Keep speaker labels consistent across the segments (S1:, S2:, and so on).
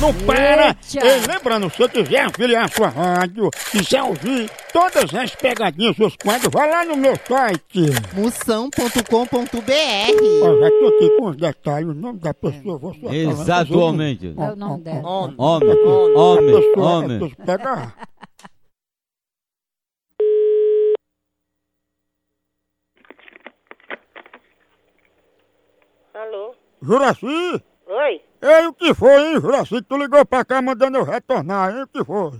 S1: não para.
S2: Eita.
S1: Ei, lembrando, se você quiser afiliar a sua rádio, quiser ouvir todas as pegadinhas, seus quadros, vai lá no meu site.
S3: Moção.com.br
S1: Ó, já tô aqui com os detalhes, o nome da pessoa, eu vou só falar, mas eu não-
S4: Exatamente.
S1: Ó,
S2: É o nome
S1: ó,
S2: dela.
S1: ó, ó,
S4: Homem,
S1: a
S4: homem,
S1: pessoa- a
S4: homem.
S1: pessoa- Pega.
S5: Alô?
S1: Juraci,
S5: Oi?
S1: ei, o que foi, hein, Juraci? Tu ligou pra cá mandando eu retornar, hein, o que foi?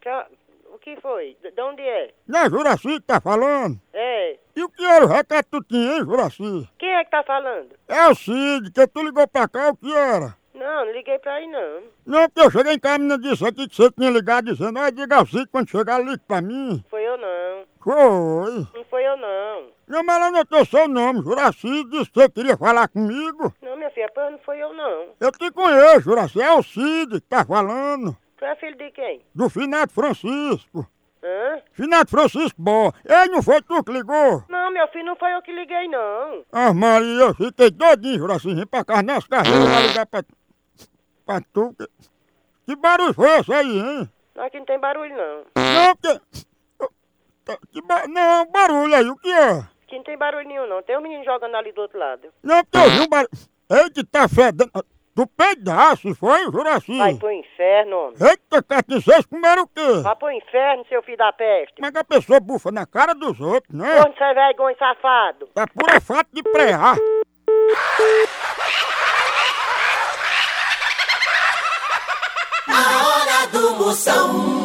S5: Ca- O que foi? De de onde é?
S1: Não, Juraci que tá falando.
S5: É.
S1: E o que era o recado que tu tinha, hein, Juraci?
S5: Quem é que tá falando?
S1: É o Cid, que tu ligou pra cá, o que era?
S5: Não, não liguei pra aí não.
S1: Não, porque eu cheguei em casa, a menina disse aqui que você tinha ligado dizendo, ó, diga ao Cid quando chegar, liga pra mim.
S5: Foi eu não.
S1: Foi.
S5: Não foi eu não.
S1: Não, mas ela anotou seu nome, Juraci, disse que você queria falar comigo.
S5: Não, minha filha, pois não foi eu não.
S1: Eu te conheço, Juraci, é o Cid que tá falando,
S5: Tu é filho de quem?
S1: do Finado Francisco.
S5: Hã?
S1: Finado Francisco Bó, ei, não foi tu que ligou?
S5: Não, meu filho, não foi eu que liguei não.
S1: Ah, Maria, eu fiquei doidinho, Juraci, vim pra casa nas carreiras pra ligar pra, pra tu. Que, que barulho foi esse aí, hein?
S5: Aqui não tem barulho não.
S1: Não, que... Tá, que ba- Não, barulho aí, o que é?
S5: Aqui não tem barulho nenhum não. Tem um menino jogando ali do outro lado.
S1: Não, porque eu vi um barulho... Eita, tá fedendo... Do pedaço, foi, Juraci?
S5: Vai pro inferno, homem.
S1: Eita, Catinho, vocês comeram o quê?
S5: Vai pro inferno, seu filho da peste.
S1: Como é que a pessoa bufa na cara dos outros, né?
S5: Onde você é vergonha, safado?
S1: Tá pura fato de prear.
S6: A hora do Moção.